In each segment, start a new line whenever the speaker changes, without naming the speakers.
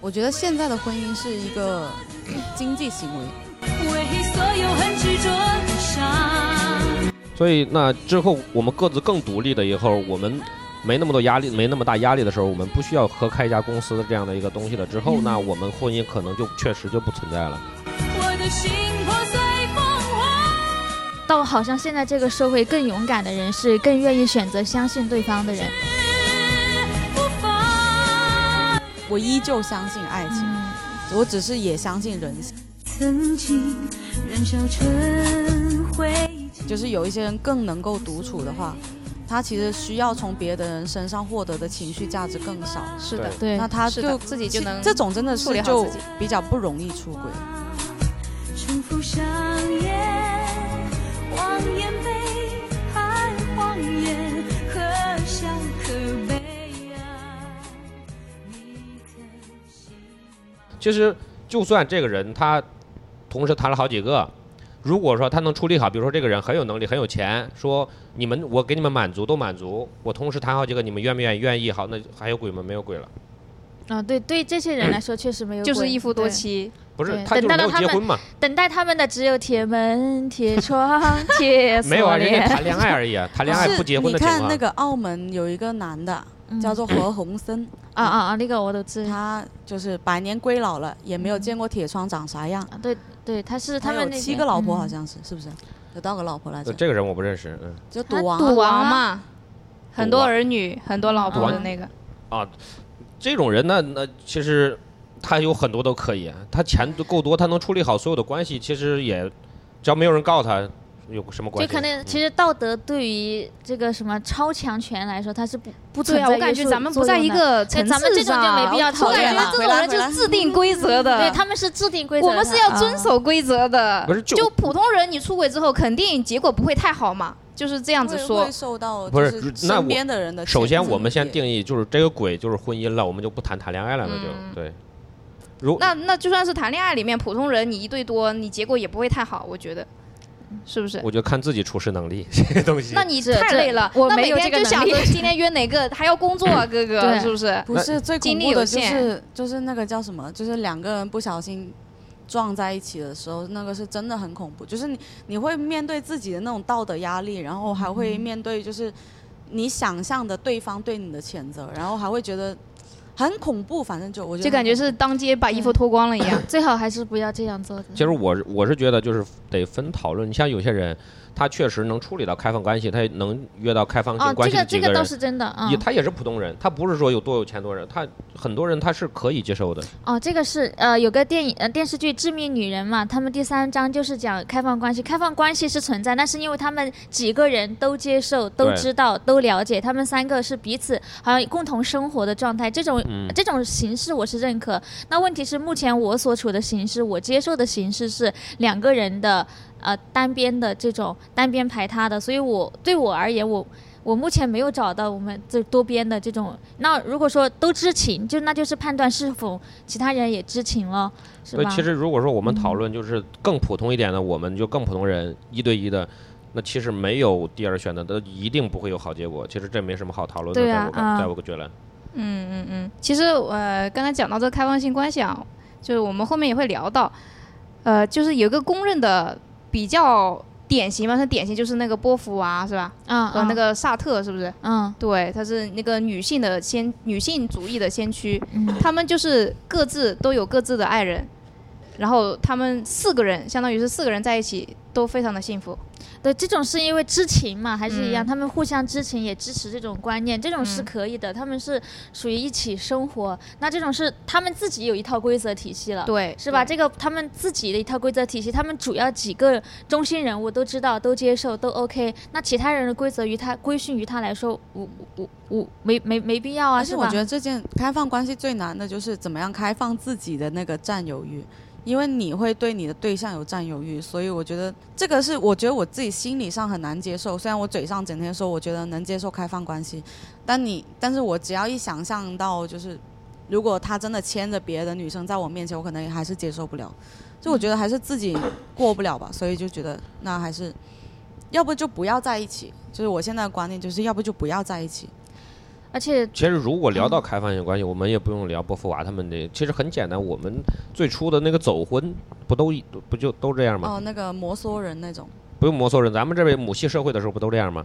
我觉得现在的婚姻是一个经济行为。
为所有很执着的伤。
所以那之后我们各自更独立了以后，我们没那么多压力，没那么大压力的时候，我们不需要合开一家公司的这样的一个东西了。之后，
嗯
那我们婚姻可能就确实就不存在了。
我的心破碎风花，
到好像现在这个社会，更勇敢的人是更愿意选择相信对方的人。
不凡。
我依旧相信爱情，
嗯，
我只是也相信人性。
曾经燃烧成灰烬，
就是有一些人更能够独处的话，他其实需要从别的人身上获得的情绪价值更少。
是的，
对
那，他
是
就
的，自己就能
这种真的
处理
是
好
就
自己
比较不容易出轨。
重复上演，谎言背叛谎言，可笑可悲啊！你的心。
其实就算这个人他同时谈了好几个，如果说他能处理好，比如说这个人很有能力、很有钱，说你们我给你们满足都满足，我同时谈好几个，你们愿不愿意？愿意，好，那还有鬼吗？没有鬼了，
啊，对对，这些人来说确实没有
就是
鬼
一夫多
对
妻。
不是
对
他就是没
等到
有
他
结
们
婚嘛，
等待他们的只有铁门、铁 窗、铁锁
没有啊，人家
链。
谈恋爱而已啊，谈恋爱
是
不结婚
你
的情
看那
况。
个澳门有一个男的
嗯
叫做何鸿燊，
嗯
啊啊啊！那个我都知道。
他就是百年归老了，也没有见过铁窗长啥
嗯
样。
啊对对，他是
他
们
有
那
七
边
个老婆好。
嗯
像是，是不是？有多少个老婆来着
呃？这个人我不认识，嗯
就
他
赌王啊，
赌王
啊
嘛，很多儿女，很多老婆的那个。
啊，这种人呢，那其实他有很多都可以，他钱都够多，他能处理好所有的关系，其实也只要没有人告他，有什么关
就
系？
可能，其
嗯
实道德对于这个什么超强权来说，它是不不存
对
在
啊，我感
约
觉
束
咱们不
作
在
用
一
的嗯
个层
对
次
咱
上，
们这种就没必要讨
我
论
感
了
觉这种人
回来
就是自定规则的。
对，他们是制定规则的，啊
我们是要遵守规则的。
嗯不是就
普通人，你出轨之后肯定结果不会太好嘛，就是这样子
会
说
会。受到
不是
就是
那我
身边的人的谴责。
首先，我们先定义，就是这个鬼就是婚姻了，我们就不谈谈恋爱了，那就、
嗯
对。如
那那就算是谈恋爱里面普通人，你一对多，你结果也不会太好，我觉得，是不是？
我觉得看自己处事能力这些东西。
那你
这
太
这
累了，
我
那
没
每
有
天
这个
就想
能力
着今天约哪个，还要工作 啊，哥哥，
对
是不是？
不是最恐
精力
怖的
有
就
限
是就是那个叫什么，就是两个人不小心撞在一起的时候，那个是真的很恐怖。就是你你会面对自己的那种道德压力，然后还
嗯
会面对就是你想象的对方对你的谴责，然后还会觉得很恐怖。反正就我觉得
就感觉
很恐
是当街把衣服脱光了一 样。
最好还是不要这样做的。
其实我是我是觉得就是得分讨论，你像有些人，他确实能处理到开放关系，他也能约到开放
哦
性，关
这
系
个
的
这
几
个
人
倒，是真的啊
也。他也是普通人，他不是说有多有钱多人，他很多人他是可以接受的。
哦，这个是呃，有个电影呃电视剧《致命女人》嘛，他们第三章就是讲开放关系，开放关系是存在，但是因为他们几个人都接受、都
对
知道、都了解，他们三个是彼此好像共同生活的状态，这种、
嗯
这种形式我是认可。那问题是，目前我所处的形式，我接受的形式是两个人的呃单边的这种单边排他的，所以我对我而言，我我目前没有找到我们这多边的这种。那如果说都知情，就那就是判断是否其他人也知情了，是
所以
吧？嗯
其实如果说我们讨论就是更普通一点的，我们就更普通人一对一的。那其实没有第二选择，都一定不会有好结果。其实这没什么好讨论的，
对
在
啊
我
啊
看在我觉得。
嗯嗯嗯，其实呃，刚才讲到这个开放性关系啊，就是我们后面也会聊到，呃，就是有一个公认的比较典型嘛，它典型就是那个波伏娃、是吧？
嗯，
和
嗯
那个萨特是不是？
嗯
对，她是那个女性的先女性主义的先驱，
嗯
他们就是各自都有各自的爱人，然后他们四个人相当于是四个人在一起都非常的幸福。
对，这种是因为知情嘛，还是一样，
嗯
他们互相知情，也支持这种观念，这种是
嗯
可以的。他们是属于一起生活，那这种是他们自己有一套规则体系了。
对，
是吧？
对
这个他们自己的一套规则体系，他们主要几个中心人物都知道、都接受、都 OK。那其他人的规则于他规训于他来说，无无无没没没必要啊，
而且
是
我
吧？
觉得这件开放关系最难的就是怎么样开放自己的那个占有欲，因为你会对你的对象有占有欲，所以我觉得这个是我觉得我自己心理上很难接受。虽然我嘴上整天说我觉得能接受开放关系，但你但是我只要一想象到就是如果他真的牵着别的女生在我面前，我可能也还是接受不了。就我
嗯
觉得还是自己过不了吧，所以就觉得那还是要不就不要在一起。就是我现在的观念就是要不就不要在一起。
而且
其实如果聊
嗯
到开放性关系，我们也不用聊波伏娃他们的，其实很简单，我们最初的那个走婚不都一不就都这样吗？
哦，那个摩梭人那种。
不用摩梭人，咱们这边母系社会的时候不都这样吗？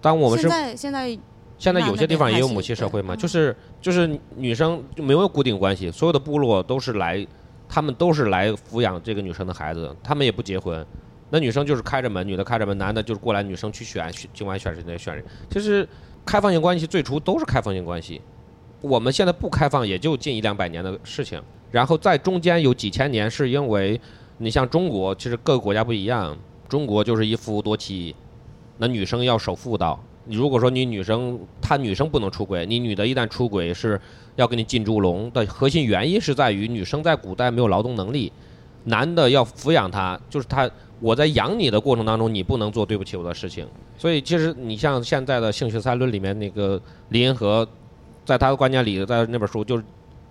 当我们是
现在现在
现在有些地方也有
那边还是
母系社会嘛，
对
就是就是女生就没有固定关系，所有的部落都是来，他们都是来抚养这个女生的孩子，他们也不结婚。那女生就是开着门，女的开着门，男的就是过来，女生去选，选今晚选谁，那选谁。其实开放性关系最初都是开放性关系，我们现在不开放也就近一两百年的事情，然后在中间有几千年是因为你像中国，其实各个国家不一样，中国就是一夫多妻，那女生要守妇道。你如果说你女生，她女生不能出轨，你女的一旦出轨是要给你进猪笼的核心原因是在于女生在古代没有劳动能力，男的要抚养她，就是她我在养你的过程当中，你不能做对不起我的事情。所以其实你像现在的《性学三论》里面那个林银河，在他的观念里，在那本书就是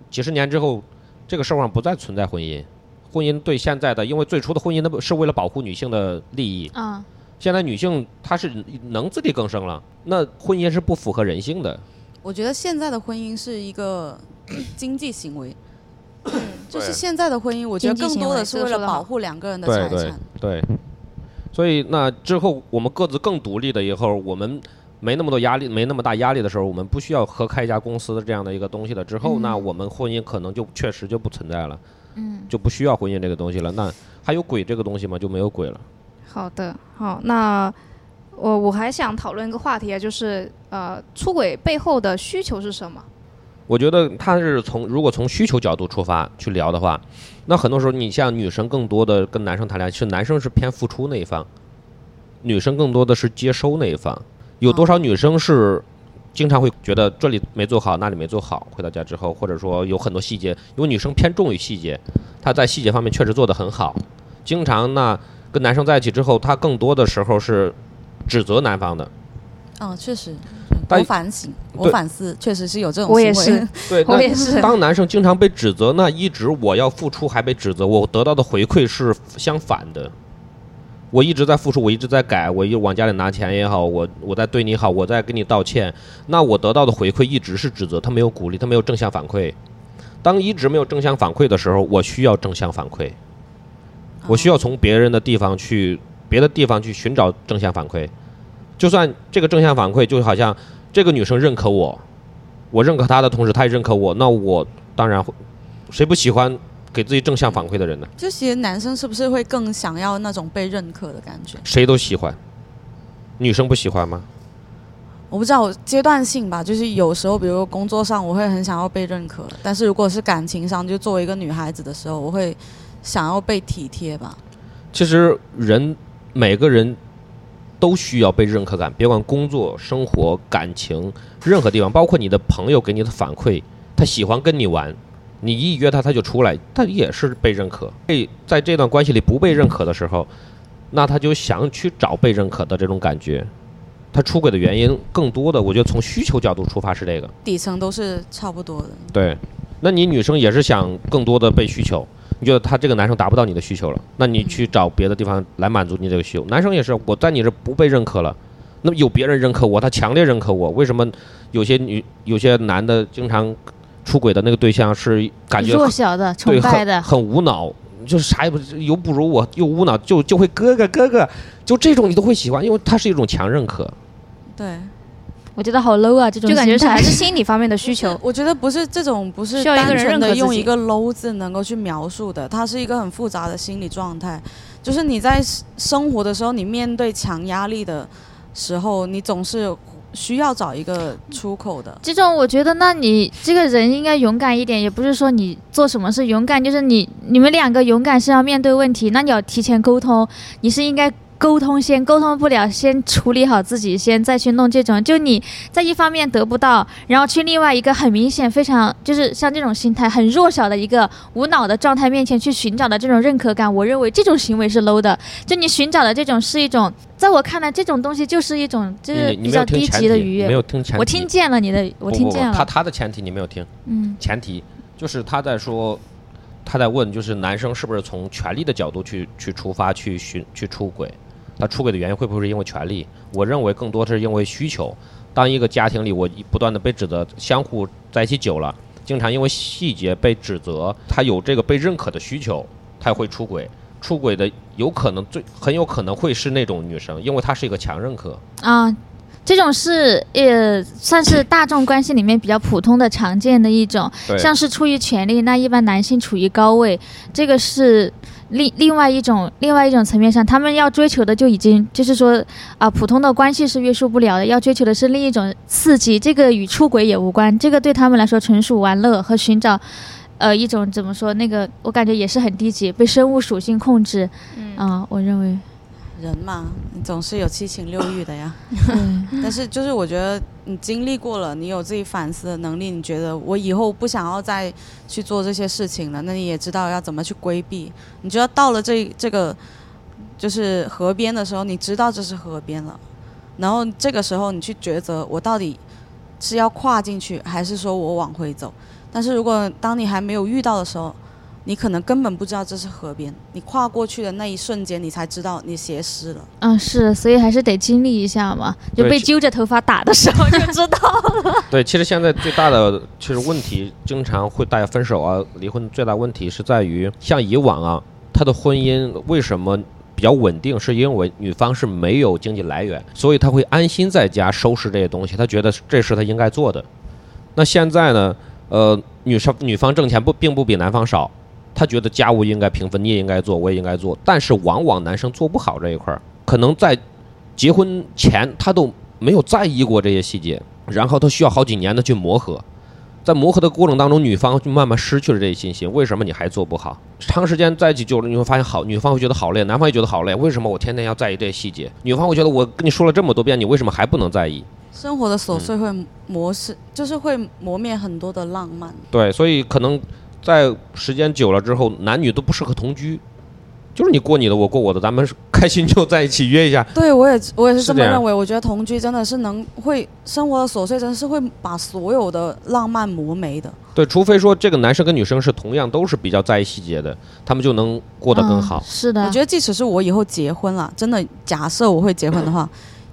几十年之后，这个社会上不再存在婚姻，婚姻对现在的，因为最初的婚姻它是为了保护女性的利益，
啊、
现在女性她是能自力更生了，那婚姻是不符合人性的。
我觉得现在的婚姻是一个经济行 为，就是
对
现在的婚姻，我觉得
经济
更
行
多的
为
是
这个
为
说
了
得好
保护两个人的
对
财
对
产。
对，所以那之后我们各自更独立了以后，我们没那么多压力，没那么大压力的时候，我们不需要合开一家公司的这样的一个东西了。之后，那我们婚姻可能就确实就不存在了，
嗯，
就不需要婚姻这个东西了。那还有鬼这个东西吗？就没有鬼了。
好的，好，那我我还想讨论一个话题啊，就是呃，出轨背后的需求是什么？
我觉得他是从如果从需求角度出发去聊的话，那很多时候你像女生更多的跟男生谈恋爱，是男生是偏付出那一方，女生更多的是接收那一方。有多少女生是经常会觉得这里没做好，那里没做好，回到家之后，或者说有很多细节，因为女生偏重于细节，她在细节方面确实做得很好。经常那跟男生在一起之后，她更多的时候是指责男方的。
嗯，确实，
但
我反省，我
对
反思，确实是有这种行
我
为。
也是，
对，
我
那
也是。
当男生经常被指责，那一直我要付出还被指责，我得到的回馈是相反的。我一直在付出，我一直在改，我一往家里拿钱也好，我我在对你好，我在跟你道歉，那我得到的回馈一直是指责，他没有鼓励，他没有正向反馈。当一直没有正向反馈的时候，我需要正向反馈，
啊
我需要从别人的地方去别的地方去寻找正向反馈。就算这个正向反馈，就好像这个女生认可我，我认可她的同时，她也认可我，那我当然会，谁不喜欢给自己正向反馈的人呢？
就其实男生是不是会更想要那种被认可的感觉？
谁都喜欢，女生不喜欢吗？
我不知道，阶段性吧，就是有时候，比如工作上，我会很想要被认可，但是如果是感情上，就作为一个女孩子的时候，我会想要被体贴吧。
其实人每个人都需要被认可感，别管工作、生活、感情，任何地方，包括你的朋友给你的反馈，他喜欢跟你玩，你一约他他就出来，他也是被认可。被在这段关系里不被认可的时候，那他就想去找被认可的这种感觉。他出轨的原因更多的，我觉得从需求角度出发是这个。
底层都是差不多的。
对，那你女生也是想更多的被需求，你觉得他这个男生达不到你的需求了，那你去找别的地方来满足你这个需求。男生也是，我在你这不被认可了，那么有别人认可我，他强烈认可我，为什么有些女有些男的经常出轨的那个对象是感觉
弱小的、
对
崇拜
很
的，
很无脑，就是啥也不又不如我，又无脑，就就会哥哥哥哥，就这种你都会喜欢，因为它是一种强认可。
对，
我觉得好 low 啊，这种
就感觉
心
是
态
还是心理方面的需求。
我觉得不是这种，不是
需要一个
单
人
纯
认可
的
自
用
己
一个 low 字能够去描述的，它是一个很复杂的心理状态。就是你在生活的时候，你面对强压力的时候，你总是需要找一个出口的。
这种我觉得，那你这个人应该勇敢一点，也不是说你做什么是勇敢，就是你你们两个勇敢是要面对问题，那你要提前沟通，你是应该沟通先，沟通不了先处理好自己，先再去弄这种，就你在一方面得不到，然后去另外一个很明显非常就是像这种心态很弱小的一个无脑的状态面前去寻找的这种认可感，我认为这种行为是 low 的，就你寻找的这种是一种，在我看来这种东西就是一种就是
你你
比
没
较
有听
低
前
级
提，
的愉悦
没。有听前提，
我听见了你的，
不
我听
不不
见了。
他他的前提你没有听。
嗯
前提就是他在说，他在问，就是男生是不是从权力的角度去去出发去寻去出轨？他出轨的原因会不会是因为权力？我认为更多是因为需求。当一个家庭里我一不断的被指责，相互在一起久了，经常因为细节被指责，他有这个被认可的需求，他会出轨。出轨的有可能最很有可能会是那种女生，因为她是一个强认可。
啊，这种是呃，算是大众关系里面比较普通的、常见的一种。
对
像是出于权力，那一般男性处于高位，这个是另另外一种另外一种层面上，他们要追求的就已经就是说啊、普通的关系是约束不了的，要追求的是另一种刺激，这个与出轨也无关，这个对他们来说纯属玩乐和寻找。呃，一种怎么说？那个我感觉也是很低级，被生物属性控制
嗯
啊、我认为，
人嘛，你总是有七情六欲的呀。
嗯
但是就是我觉得你经历过了，你有自己反思的能力，你觉得我以后不想要再去做这些事情了，那你也知道要怎么去规避。你觉得到了这这个就是河边的时候，你知道这是河边了，然后这个时候你去抉择，我到底是要跨进去，还是说我往回走？但是如果当你还没有遇到的时候，你可能根本不知道这是河边，你跨过去的那一瞬间，你才知道你斜失了。
嗯，是，所以还是得经历一下嘛，就
对
被
是
揪着头发打的时候就知道。
对，其实现在最大的其实问题，经常会大家分手啊、离婚，最大问题是在于，像以往啊，他的婚姻为什么比较稳定，是因为女方是没有经济来源，所以他会安心在家收拾这些东西，他觉得这是他应该做的。那现在呢，呃，女生女方挣钱不并不比男方少，他觉得家务应该平分，你也应该做，我也应该做，但是往往男生做不好这一块儿，可能在结婚前他都没有在意过这些细节。然后他需要好几年的去磨合，在磨合的过程当中，女方就慢慢失去了这些信心。为什么你还做不好？长时间在一起久了，你会发现好，女方会觉得好累，男方也觉得好累。为什么我天天要在意这些细节？女方会觉得我跟你说了这么多遍，你为什么还不能在意？
生活的琐碎会磨是，就是会磨灭很多的浪漫。
对，所以可能在时间久了之后，男女都不适合同居，就是你过你的，我过我的，咱们 开心就在一起约一下。
对我也我也是
是
这么
这样
认为。我觉得同居真的是能会生活的琐碎，真是会把所有的浪漫磨没的。
对，除非说这个男生跟女生是同样都是比较在意细节的，他们就能 过得更
嗯
好。
是的，
我觉得即使是我以后结婚了，真的假设我会结婚的话，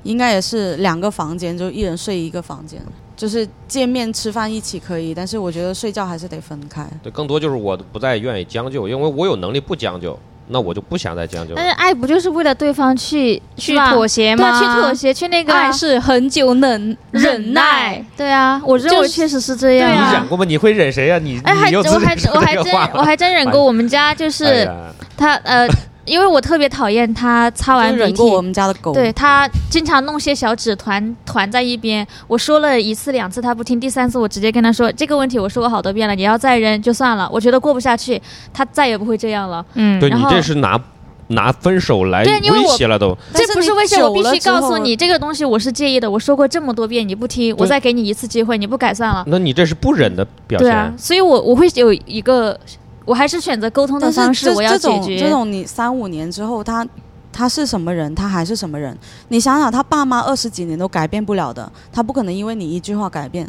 应该也是两个房间，就一人睡一个房间，就是见面吃饭一起可以，但是我觉得睡觉还是得分开。
对，更多就是我不再愿意将就，因为我有能力不将就，那我就不想再将就了
但。是爱不就是为了对方去
去
是吧
妥协
对啊，
吗？
去妥。协，去那个
爱是很久能忍耐，。
对啊，我认
就
为
是
确实是这样。
对啊
你忍过吗？你会忍谁呀、你
哎，还
你又
我
自
还
己说
我还
这
真
个话
我还真忍过，我们家就
哎
是
呀
他呃，因为我特别讨厌他擦完
就是
鼻
忍
涕
过，我们家的狗，
对，他经常弄些小纸团团在一边，我说了一次两次他不听，第三次我直接跟他说这个问题我说过好多遍了，你要再扔就算了，我觉得过不下去，他再也不会这样了。
嗯
对
然
你
后
这是拿拿分手来
对因为
威
我
胁了都。
但
这不是
你
为什么我
久
必
了
须
之
告诉
后
你，这个东西我是介意的。我说过这么多遍，你不听，我
对
再给你一次机会，你不改算了。
那你这是不忍的表
对
现。
啊，所以我我会有一个，我还是选择沟通的
但是
方式，
这
我要
这
解
种
决。
这种你三五年之后，他他是什么人，他还是什么人？你想想，他爸妈二十几年都改变不了的，他不可能因为你一句话改变。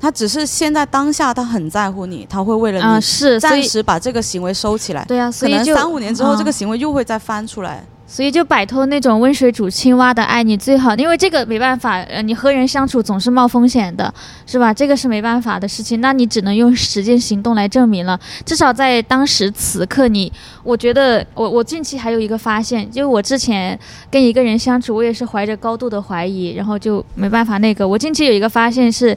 他只是现在当下他很在乎你，他会为了
啊、
你
是，所
暂
以
时把这个行为收起来。
对啊，
可
所以
能
就
三五年之后，
啊
这个行为又会再翻出来。
所以就摆脱那种温水煮青蛙的爱，你最好，因为这个没办法，呃，你和人相处总是冒风险的，是吧？这个是没办法的事情，那你只能用实践行动来证明了。至少在当时此刻你，我觉得我我近期还有一个发现，就是我之前跟一个人相处，我也是怀着高度的怀疑，然后就没办法那个。我近期有一个发现是。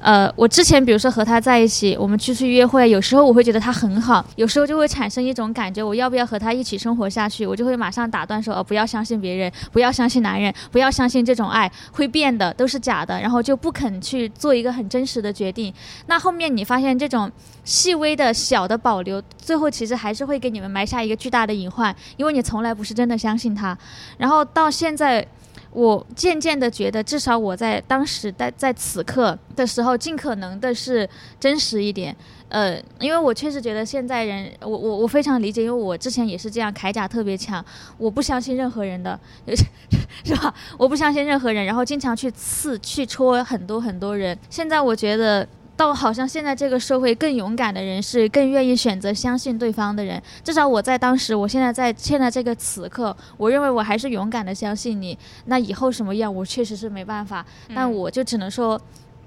呃，我之前比如说和他在一起，我们出去约会，有时候我会觉得他很好，有时候就会产生一种感觉，我要不要和他一起生活下去？我就会马上打断说，哦，不要相信别人，不要相信男人，不要相信这种爱会变的，都是假的，然后就不肯去做一个很真实的决定。那后面你发现这种细微的小的保留，最后其实还是会给你们埋下一个巨大的隐患，因为你从来不是真的相信他。然后到现在，我渐渐的觉得，至少我在当时在在此刻的时候，尽可能的是真实一点。呃，因为我确实觉得现在人，我我我非常理解，因为我之前也是这样，铠甲特别强，我不相信任何人的， 是吧？我不相信任何人，然后经常去刺去戳很多很多人。现在我觉得到好像现在这个社会更勇敢的人是更愿意选择相信对方的人。至少我在当时，我现在在现在这个此刻，我认为我还是勇敢的相信你。那以后什么样，我确实是没办法，但我就只能说。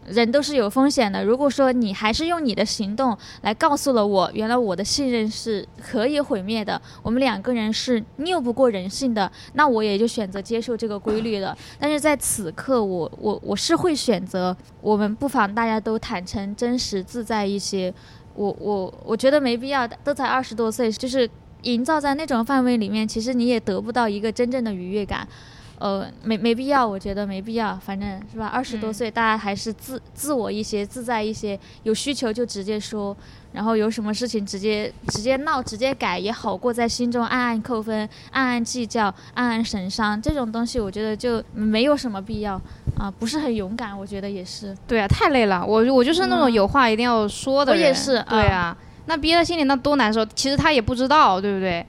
人都是有风险的。如果说你还是用你的行动来告诉了我，原来我的信任是可以毁灭的，我们两个人是拗不过人性的，那我也就选择接受这个规律了。但是在此刻我，我我是会选择，我们不妨大家都坦诚、真实、自在一些。我我我觉得没必要，都才二十多岁，就是营造在那种范围里面，其实你也得不到一个真正的愉悦感。呃，没没必要，我觉得没必要，反正是吧？二十多
嗯
岁，大家还是自自我一些，自在一些，有需求就直接说，然后有什么事情直接直接闹，直接改也好过在心中暗暗扣分、暗暗计较、暗暗神伤这种东西，我觉得就没有什么必要啊，不是很勇敢，我觉得也是。
对啊，太累了。我我就是那种
嗯
有话一定要说的
我
人。
也是嗯
对啊，那憋在心里那多难受。其实他也不知道，对不对？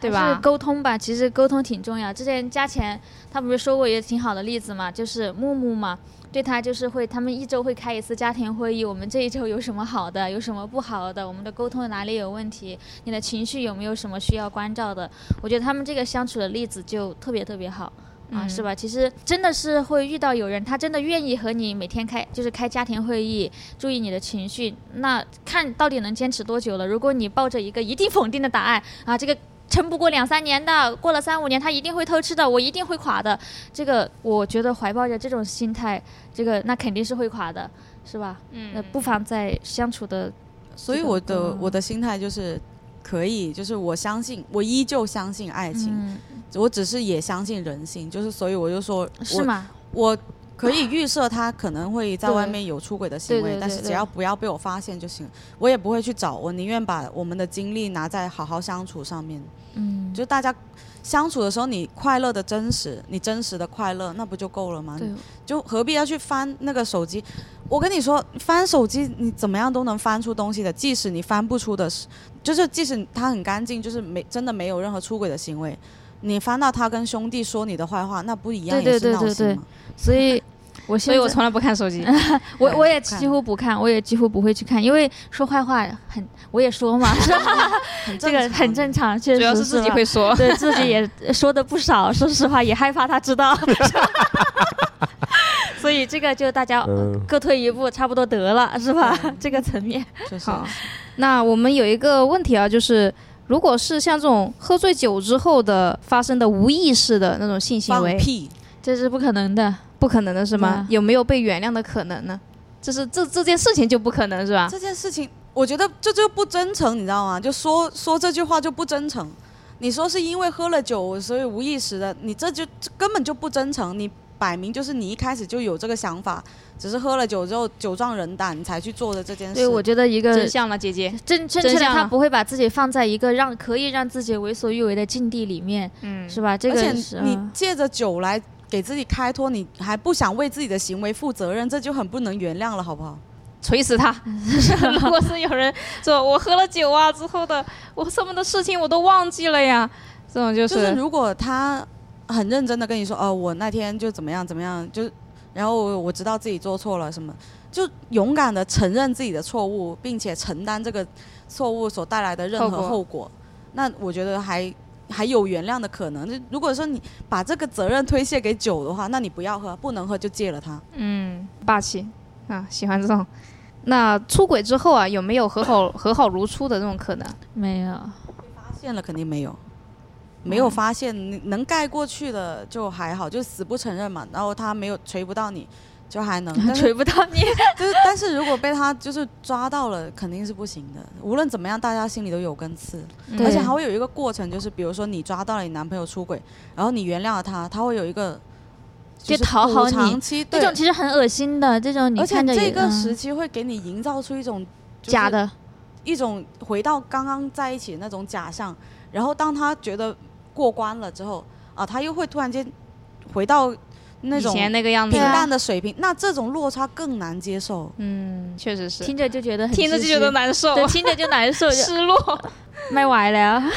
对
还
吧
是？沟通吧，其实沟通挺重要。之前加钱他不是说过一个挺好的例子嘛，就是木木嘛，对他就是会，他们一周会开一次家庭会议，我们这一周有什么好的，有什么不好的，我们的沟通哪里有问题，你的情绪有没有什么需要关照的？我觉得他们这个相处的例子就特别特别好。啊，
嗯
是吧？其实真的是会遇到有人，他真的愿意和你每天开，就是开家庭会议，注意你的情绪。那看到底能坚持多久了？如果你抱着一个一定 否定的答案啊，这个撑不过两三年的，过了三五年他一定会偷吃的，我一定会垮的。这个我觉得怀抱着这种心态，这个那肯定是会垮的，是吧？那
嗯
不妨在相处的
所以
这个
我的
嗯
我的心态就是，可以，就是我相信，我依旧相信爱情，
嗯，
我只是也相信人性，就是所以我就说，
是吗？
我我可以预设他可能会在
对
外面有出轨的行
对对
为
对，
但是只
对
要不要被我发现就行，我也不会去找，我宁愿把我们的精力拿在好好相处上面。
嗯，
就大家相处的时候，你快乐的真实，你真实的快乐，那不就够了吗？
对，
就何必要去翻那个手机？我跟你说，翻手机你怎么样都能翻出东西的，即使你翻不出的是，就是即使他很干净，就是没真的没有任何出轨的行为，你翻到他跟兄弟说你的坏话，那不一样
对对
也是
对
闹
对
心
对
吗？
所以我
所
现
以
在
我从来不看 手机。
我
对
我也
不看
几乎不看，我也几乎不会去看，因为说坏话很，我也说嘛， 是吧？
很
这个很
正
正常，确实
主要
是
自己
吧。
会 说
对自己也说的不少，说实话也害怕他知道， 所以这个就大家
嗯
各退一步，差不多得了，是吧
对？
这个层面，
常，就是
好，那我们有一个问题啊，就是如果是像这种喝醉酒之后的发生的无意识的那种性行
放
为，
屁。
这是不可能的。
不可能的是吗？
对啊
有没有被原谅的可能呢？这是这这件事情就不可能是
啊
吧？
这件事情，我觉得这就不真诚，你知道吗？就说说这句话就不真诚。你说是因为喝了酒，所以无意识的，你这就这根本就不真诚。你摆明就是你一开始就有这个想法，只是喝了酒之后酒壮人胆，你才去做的这件事。
对，我觉得一个
真相了，姐姐。
正正确的
真相
他
啊
不会把自己放在一个让可以让自己为所欲为的境地里面，
嗯
是吧？这
而且
个是
你
嗯
借着酒来给自己开脱，你还不想为自己的行为负责任，这就很不能原谅了，好不好？
锤死 他！如果是有人说我喝了酒啊之后的，我什么的事情我都忘记了呀，这种就、
就是是如果他很认真的跟你说，哦，我那天就怎么样怎么样，就然后我我知道自己做错了什么，就勇敢的承认自己的错误，并且承担这个错误所带来的任
后
何
果
后果，那我觉得还。还有原谅的可能。就如果说你把这个责任推卸给酒的话，那你不要喝，不能喝就戒了它。
嗯霸气啊，喜欢这种。那出轨之后啊，有没有和好和好如初的这种 可能？
没有。
发现了肯定没有，没有发现，你能盖过去的就还好，就死不承认嘛。然后他没有锤不到你，就还 能。
啊
但是
锤不到你，
就是，但是如果被他就是抓到了，肯定是不行的。无论怎么样，大家心里都有根刺，
对
而且还会有一个过程，就是比如说你抓到了你男朋友出轨，然后你原谅了他，他会有一个
就是讨好
补
你
偿期，
这
对，
种其实很恶心的，这种你
而且
看着
这
也
个
嗯
时期会给你营造出一种、就是
假的，
一种回到刚刚在一起的那种假象，然后当他觉得过关了之后啊，他又会突然间回到那
以
种
前那个样子
平
对，啊
淡的水平，那这种落差更难接受。
嗯，确实是，
听着就觉得很
听着
窒
就
息
觉得难受，啊
对，听着就难 受，就
失落。
卖歪了呀。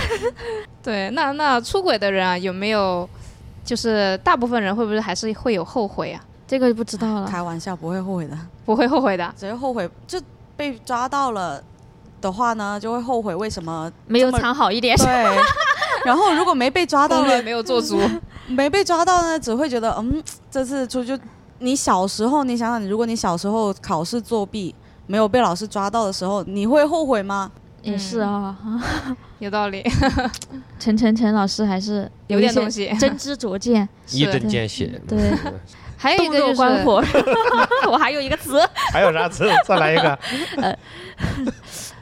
对，那那出轨的人啊，有没有就是大部分人会不会还是会有后悔啊？
这个不知道了。
开玩笑，不会后悔的，
不会后悔的。啊
只会后悔就被抓到了的话呢，就会后悔为什么
没有
这么
藏好一
哎
点，
对。然后如果没被抓 到
攻
了
略，没有做足，
没被抓到呢，只会觉得嗯，这次出就你小时候，你想想，如果你小时候考试作弊没有被老师抓到的时候，你会后悔 吗？
也是啊、
有道理，
陈陈陈老师还是
有点东
西，
西。
真知灼见，
是
一针见血。
对，
还有一
动
哎个就
若观
是，
火。 我还有一个词，
还有啥词？再来一个。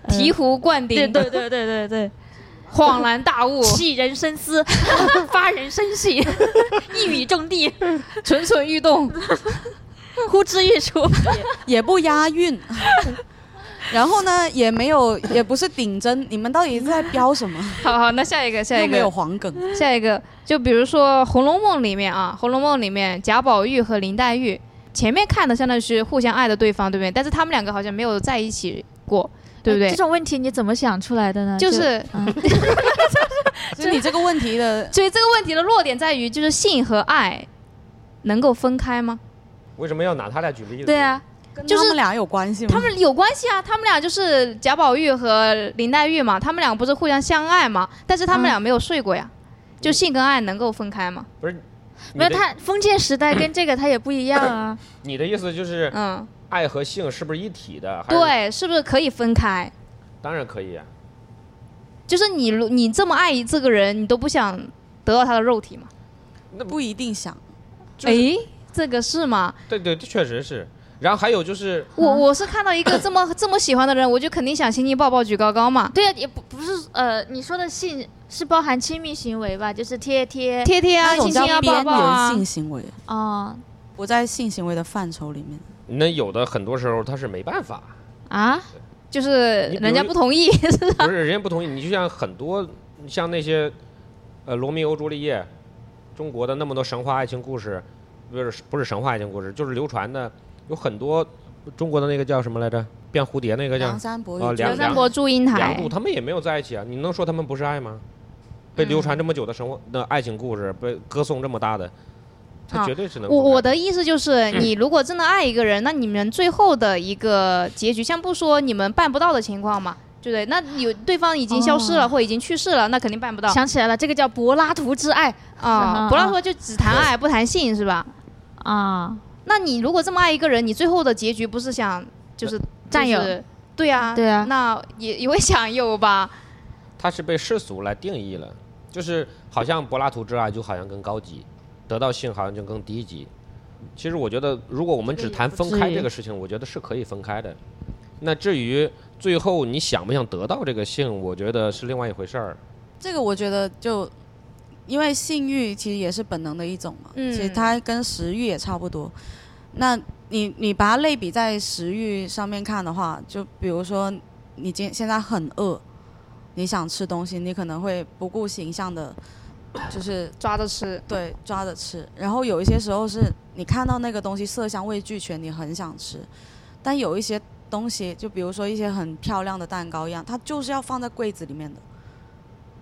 醍醐灌
对
顶，
对对对对 对，
恍然大悟，
气人深思， 发人深省， 一语中的，
蠢蠢欲动。
呼之欲出。
也不押韵，然后呢，也没有，也不是顶针，你们到底在标什么？
好好，那下一个，下
又
一
没有
个，
黄梗，
下一个，就比如说《红楼梦》里面啊，《红楼梦》里面贾宝玉和林黛玉，前面看的相当于是互相爱的对方，对不对？但是他们两个好像没有在一起过，对不对
哎这？种问题你怎么想出来的呢？
就是
嗯
就是你这个问题的
所以这个问题的落点在于，就是性和爱能够分开吗？
为什么要拿他俩举例子？
对，啊，
跟
就是
他们俩有关系吗？
他们有关系啊，他们俩就是贾宝玉和林黛玉嘛，他们俩不是互相相爱嘛，但是他们俩没有睡过呀，就性跟爱能够分开吗？
不是。
没有
你的
他封建时代跟这个他也不一样啊。
你的意思就是
嗯，
爱和性是不是一体的？还是，
对，是不是可以分开？
当然可以啊。
就是你如你这么爱这个人，你都不想得到他的肉体吗？
不一定想，
就是
诶，这个是吗？
对对，这确实是。然后还有就是，
我我是看到一个这么这么喜欢的人，我就肯定想亲亲抱抱举高高嘛，
对呀、啊也不不是呃，你说的性是包含亲密行为吧？就是贴贴
贴贴啊，
那种
亲亲
叫
啊，抱
边
抱啊
缘，性行为，
哦
不在性行为的范畴里面。
那有的很多时候他是没办法，
啊，就是
你比如
人家不同意，
不是人家不同意。你就像很多像那些呃罗密欧朱丽叶，中国的那么多神话爱情故事，不是不是神话爱情故事，就是流传的有很多中国的那个叫什么来着？变蝴蝶那个叫
梁山伯与
哦
祝
梁
梁
英台
山伯祝英
梁
台
祝，，他们也没有在一起啊。你能说他们不是爱吗？被流
嗯
传这么久的生活、那爱情故事，被歌颂这么大的，他
啊
绝对是能
我
分开
我的意思就是，你如果真的爱一个人，那你们最后的一个结局，先不说你们办不到的情况嘛，对不对？那有对方已经消失了，
哦
或已经去世了，那肯定办不到
想起来了，这个叫柏拉图之爱
啊。
嗯
啊
不要说就只谈爱不谈性是吧？
啊，
那你如果这么爱一个人，你最后的结局不是想
呃
就是
占有？
就是对啊，
对啊
那也也会想有吧？
它是被世俗来定义了，就是好像柏拉图之爱就好像更高级，得到性好像就更低级。其实我觉得，如果我们只谈分开这个事情，我觉得是可以分开的。那至于最后你想不想得到这个性，我觉得是另外一回事儿。
这个我觉得就，因为性欲其实也是本能的一种嘛，
嗯
其实它跟食欲也差不多。那你你把它类比在食欲上面看的话，就比如说你今现在很饿，你想吃东西，你可能会不顾形象的，就是
抓着吃，
对抓着吃。然后有一些时候是你看到那个东西色香味俱全，你很想吃，但有一些东西，就比如说一些很漂亮的蛋糕一样，它就是要放在柜子里面的。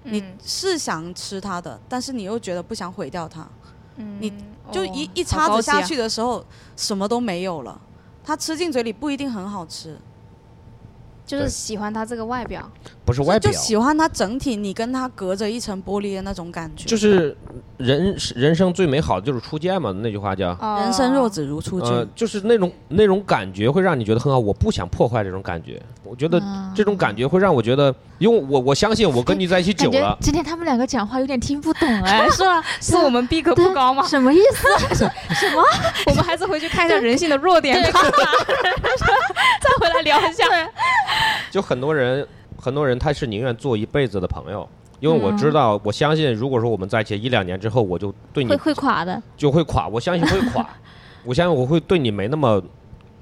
你
嗯
是想吃它的，但是你又觉得不想毁掉它，
嗯
你就一、
哦
一
好
叉
高
子
级
下
啊
去的时候，什么都没有了。它吃进嘴里不一定很好吃，
就是
对
喜欢他这个外表，
不是外
就
表，
喜欢它整体，你跟它隔着一层玻璃的那种感觉。
就是人人生最美好的就是初见嘛，那句话叫。
人生若
哦
只如啊初见，
呃，就是那种那种感觉会让你觉得很好，我不想破坏这种感觉。我觉得
啊
嗯
这种感觉会让我觉得，因为我我相信我跟你在一起久
感
了
觉，今天他们两个讲话有点听不懂 哎，是吧？
是啊我们逼格不高吗？
什么意思？
我们还是回去看一下人性的弱点吧， 再回来聊一下。
就很多人，很多人他是宁愿做一辈子的朋友，因为我知
嗯
道，我相信，如果说我们在一起一两年之后，我就对你
会会垮的。
就会垮，我相信会 垮，我相信我会对你没那么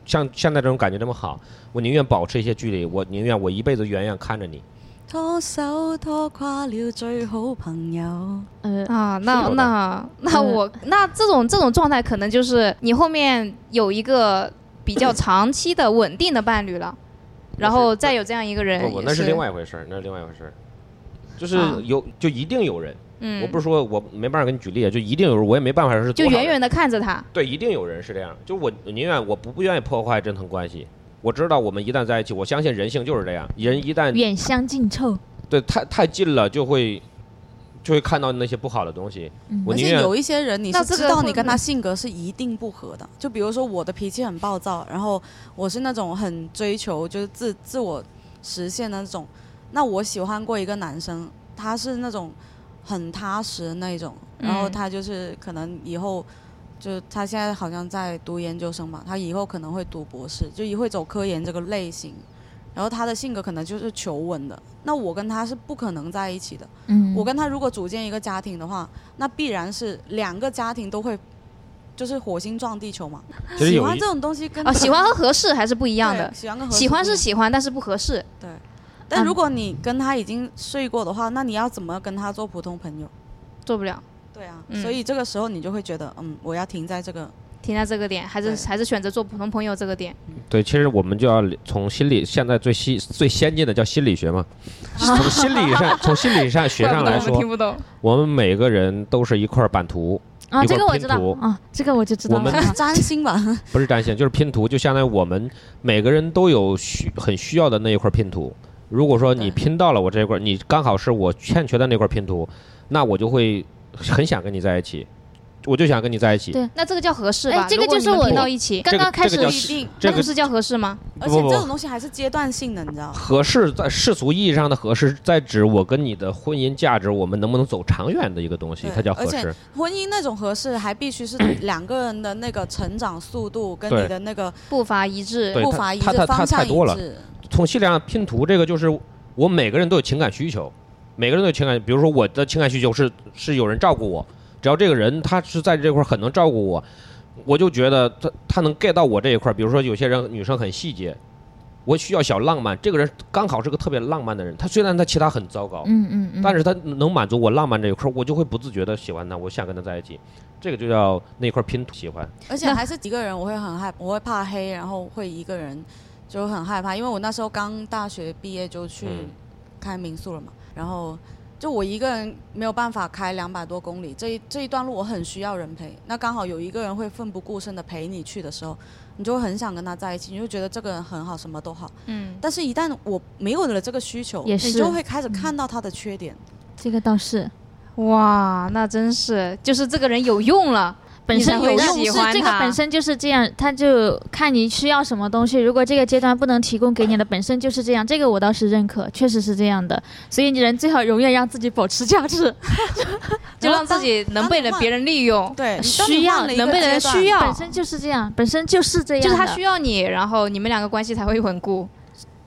像现在这种感觉那么好，我宁愿保持一些距离，我宁愿我一辈子远远看着你。
拖手拖垮了最好朋友。
呃，
啊，
有
那
的嗯
那那我那这种这种状态，可能就是你后面有一个比较长期的稳定的伴侣了，然后再有这样一个人
不不，
也
那是另外一回事儿，那是另外一回事儿，就是
啊
有就一定有人，
嗯，
我不是说我没办法给你举例，啊就一定有人，我也没办法是
就
多少
远
人
远的看着他，
对，一定有人是这样。就我宁愿我不不愿意破坏这层关系。我知道我们一旦在一起，我相信人性就是这样。人一旦
远香近臭，
对太太近了，就会就会看到那些不好的东西。
嗯
我
而
宁
且
愿
有一些人，你
那
是
这个
知道
会
你
不
跟他
会
性格是一定不合的。就比如说我的脾气很暴躁，然后我是那种很追求就是自自我实现那种。那我喜欢过一个男生，他是那种很踏实的那一种，然后
嗯
他就是可能以后。就他现在好像在读研究生吧，他以后可能会读博士，就也会走科研这个类型。然后他的性格可能就是求稳的，那我跟他是不可能在一起的。
嗯，
我跟他如果组建一个家庭的话，那必然是两个家庭都会，就是火星撞地球嘛。
其实
喜
有
欢
一
这种东西跟
嗯
哦，喜欢和合适还是不一
一
样的，
喜欢跟合
喜欢是
适
喜欢，但是不合适，
不一样对。但
嗯
如果你跟他已经睡过的话，那你要怎么跟他做普通朋友？
做不了。
对啊，
嗯
所以这个时候你就会觉得，嗯，我要停在这个，
停在这个点，还是
对
还是选择做普通朋友这个点。
对，其实我们就要从心理现在最新最先进的叫心理学 嘛，从心理上从心理上学上来
怪不得我们
说
听，不懂。
我们每个人都是一块板图，
啊，
一
这
会儿
个我
拼
知道
图
啊，这个我就知道
我们
了。啊
占星吧，
不是占星，就是拼图，就相当于我们每个人都有需很需要的那一块拼图。如果说
对
你拼到了我这一块，你刚好是我欠缺的那块拼图，那我就会很想跟你在一起，我就想跟你在一起。
对
那这个叫合适吧？
哎这个
如果
就是
你们
我
拼到一起，
这
刚
个
刚开
这
始
个叫
一定。
这
那个
个
是叫合适吗？
而
不
且
不
这种东西还是阶段性的，你知道吗？
合适在世俗意义上的合适，在指我跟你的婚姻价值，我们能不能走长远的一个东西，
对
它叫合
而且
适。
婚姻那种合适，还必 须是两个人的那个成长速度跟
对
你的那个
步伐一致
对，
步
它
伐一
它它
致，
它
方向
太多了
一致。
从心理上拼图，这个就是我们每个人都有情感需求，每个人都有情感，比如说我的情感需求是是有人照顾我，只要这个人他是在这块儿很能照顾我，我就觉得他他能 get 到我这一块儿。比如说有些人女生很细节，我需要小浪漫，这个人刚好是个特别浪漫的人，他虽然他其他很糟糕，
嗯嗯嗯，
但是他能满足我浪漫这一块儿，我就会不自觉的喜欢他，我想跟他在一起，这个就叫那块儿拼图喜欢。
而且还是一个人，我会很害，我会怕黑，然后会一个人就很害怕，因为我那时候刚大学毕业就去
嗯
开民宿了嘛，然后就我一个人没有办法开两百多公里，这一这一段路我很需要人陪，那刚好有一个人会奋不顾身的陪你去的时候，你就会很想跟他在一起，你就觉得这个人很好，什么都好，
嗯，
但是一旦我没有了这个需求，
也是
你就会开始看到他的缺点，
这个倒是
哇，那真是就是这个人有用了，
本身有
你才
用，
会喜
是
欢
这个
他
本身就是这样，他就看你需要什么东西。如果这个阶段不能提供给你的，本身就是这样，这个我倒是认可，确实是这样的。所以人最好永远让自己保持价值，
就让自己能被
当你
人
换
别人利用，
对，你当你
嗯需要
换了一
能
个
被人
阶段
需要
本身就是这样，本身就是这样
就
的，
是他需要你，然后你们两个关系才会稳固。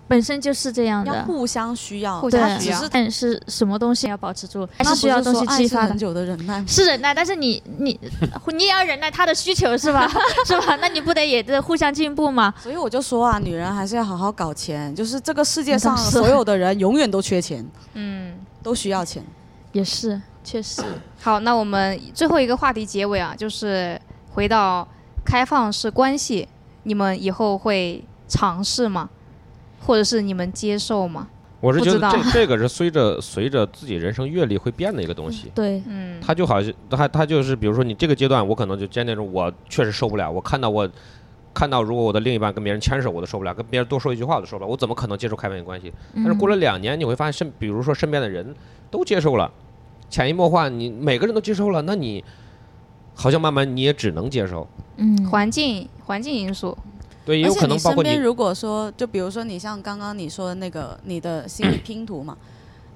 本身就是这样
要
的。
互相需要，
互
对
相
他只
需要
是
但是什么东西要保持住，还
那
是
不
需要东西
说爱
激
是
发的
很。久的忍耐吗？
是忍耐，但是你你 你也要忍耐他的需求是 吧？是吧？那你不得也得互相进步吗？
所以我就说啊，女人还是要好好搞钱，就是这个世界上
那倒是
所有的人永远都缺钱，
嗯，
都需要钱。
也是，确实，
好，那我们最后一个话题结尾啊，就是回到开放式关系，你们以后会尝试吗？或者是你们接受吗？
我是
不
觉
知
得这
道
这个是随着随着自己人生阅历会变的一个东西。
对，
嗯，
他就好像他他就是，比如说你这个阶段，我可能就坚那种，我确实受不了。我看到我看到如果我的另一半跟别人牵手，我都受不了；跟别人多说一句话，我都受不了。我怎么可能接受开放性关系？但
嗯
是过
嗯
了两年，你会发现身，比如说身边的人都接受了，潜移默化，你每个人都接受了，那你好像慢慢你也只能接受。
嗯，
环境环境因素，
对，也
而
有
且
可
你
能包
身
括
边
你
如果说，就比如说你像刚刚你说的那个你的心理拼图嘛，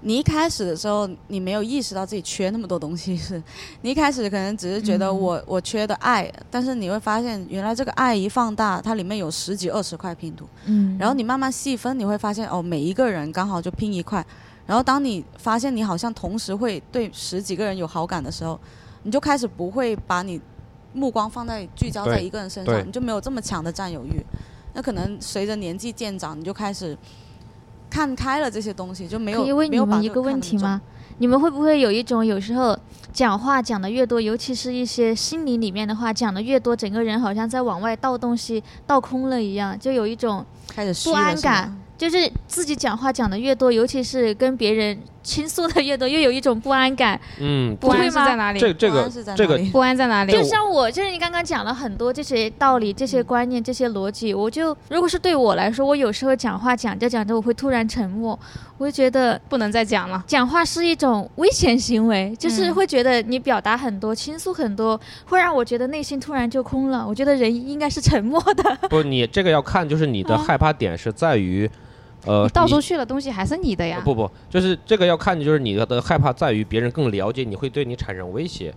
你一开始的时候你没有意识到自己缺那么多东西，是你一开始可能只是觉得我、我缺的爱，但是你会发现原来这个爱一放大，它里面有十几二十块拼图。
嗯，
然后你慢慢细分，你会发现哦，每一个人刚好就拼一块。然后当你发现你好像同时会对十几个人有好感的时候，你就开始不会把你目光放在聚焦在
对
一个人身
对
上，你就没有这么强的占有欲。那可能随着年纪渐长，你就开始看开了这些东西，就没有
可以问
没
你
有把
们一
这
个
看得
问
那
题
么重
吗？你们会不会有一种有时候讲话讲的越多，尤其是一些心理里面的话讲的越多，整个人好像在往外倒东西，倒空了一样，就有一种
开始虚
不
了
安
是
感
吗
就是自己讲话讲的越多，尤其是跟别人倾诉的越多，又有一种不安感。
嗯，
不安
会
是
吗
在哪里？
这这
保
个
安是在
这
哪
个
里
不安在哪里？
就像我，就是你刚刚讲了很多这些道理、这些观念、这些逻辑，我就如果是对我来说，我有时候讲话讲着讲着，我会突然沉默，我就觉得
不能再讲了。
讲话是一种危险行为，就是
嗯
会觉得你表达很多、倾诉很多，会让我觉得内心突然就空了。我觉得人应该是沉默的，
不，你这个要看，就是你的
嗯
啊
害怕点是在于，呃，
你到
你
时候去了，东西还是你的呀。
呃不不，就是这个要看，就是你的害怕在于别人更了解你，会对你产生威胁，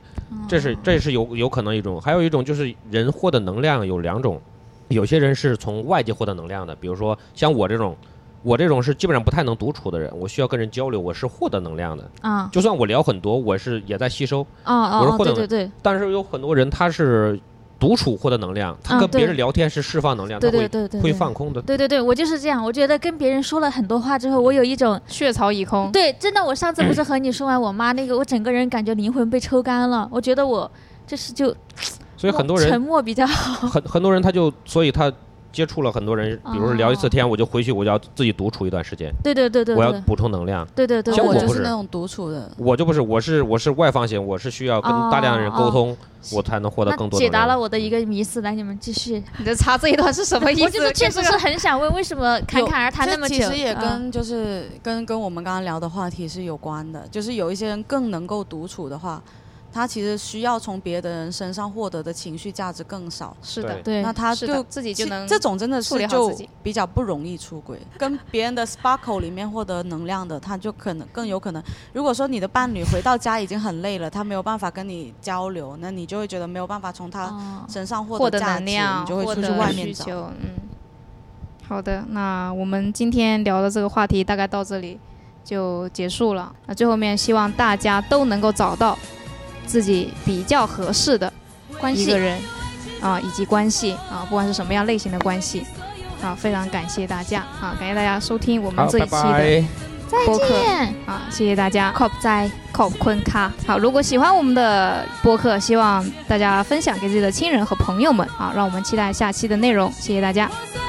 这
嗯
是这是有有可能一种，还有一种就是人获得能量有两种，有些人是从外界获得能量的，比如说像我这种，我这种是基本上不太能独处的人，我需要跟人交流，我是获得能量的，
啊
就算我聊很多，我是也在吸收，
哦
我是
哦哦，
获得
对
了
对对
但是有很多人他是独处获得能量，他
啊
跟别
对
人聊天是释放能量，他
对对
会
对对，
会
对
放。空的，
对对对，我就是这样。我觉得跟别人说了很多话之后，我有一种
血槽已空。
对，真的，我上次 不是和你说完我妈那个，我整个人感觉灵魂被抽干了。我觉得我这是就
所以很多人
沉默比较好。
很很多人他就，所以他接触了很多人，比如说聊一次天，我就回去我就要自己独处一段时间，
对对对哦对
我要
对
补充能量。
对对对，
像
我
我
就
不
是
是
那种独处的，
我就不是，我是我是外放型，我是需要跟大量人沟
哦
通，我才能获得
那
更多的
解
能
答了
量。
我的一个迷思，来你们继续。
你的查这一段是什 么意思？
我就是确 实是很想问，为什么侃侃而谈
这
那么久？
其实也
嗯
跟就是跟跟我们刚刚聊的话题是有关的，就是有一些人更能够独处的话，他其实需要从别的人身上获得的情绪价值更少，
是的，
对
那他
是
就
的，自己就
其
能
这种真的
处理
是
好
就
自己
比较不容易出轨，跟别人的 sparkle 里面获得能量的，他就可能更有可能。如果说你的伴侣回到家已经很累了，他没有办法跟你交流，那你就会觉得没有办法从他
哦
身上获
获
得价
得
值，
能量，
你就会
获
出
得
去外
需
面找
求。嗯，好的，那我们今天聊的这个话题大概到这里就结束了。那最后面希望大家都能够找到自己比较合适的
关
一
系
个人啊，以及关系啊，不管是什么样类型的关系啊，非常感谢大家啊，感谢大家收听我们
好，
这一
拜
期的
拜。
播客。
见
啊，谢谢大家，Cop 在 Cop 坤咖。好，如果喜欢我们的播客，希望大家分享给自己的亲人和朋友们啊，让我们期待下期的内容。谢谢大家。
我所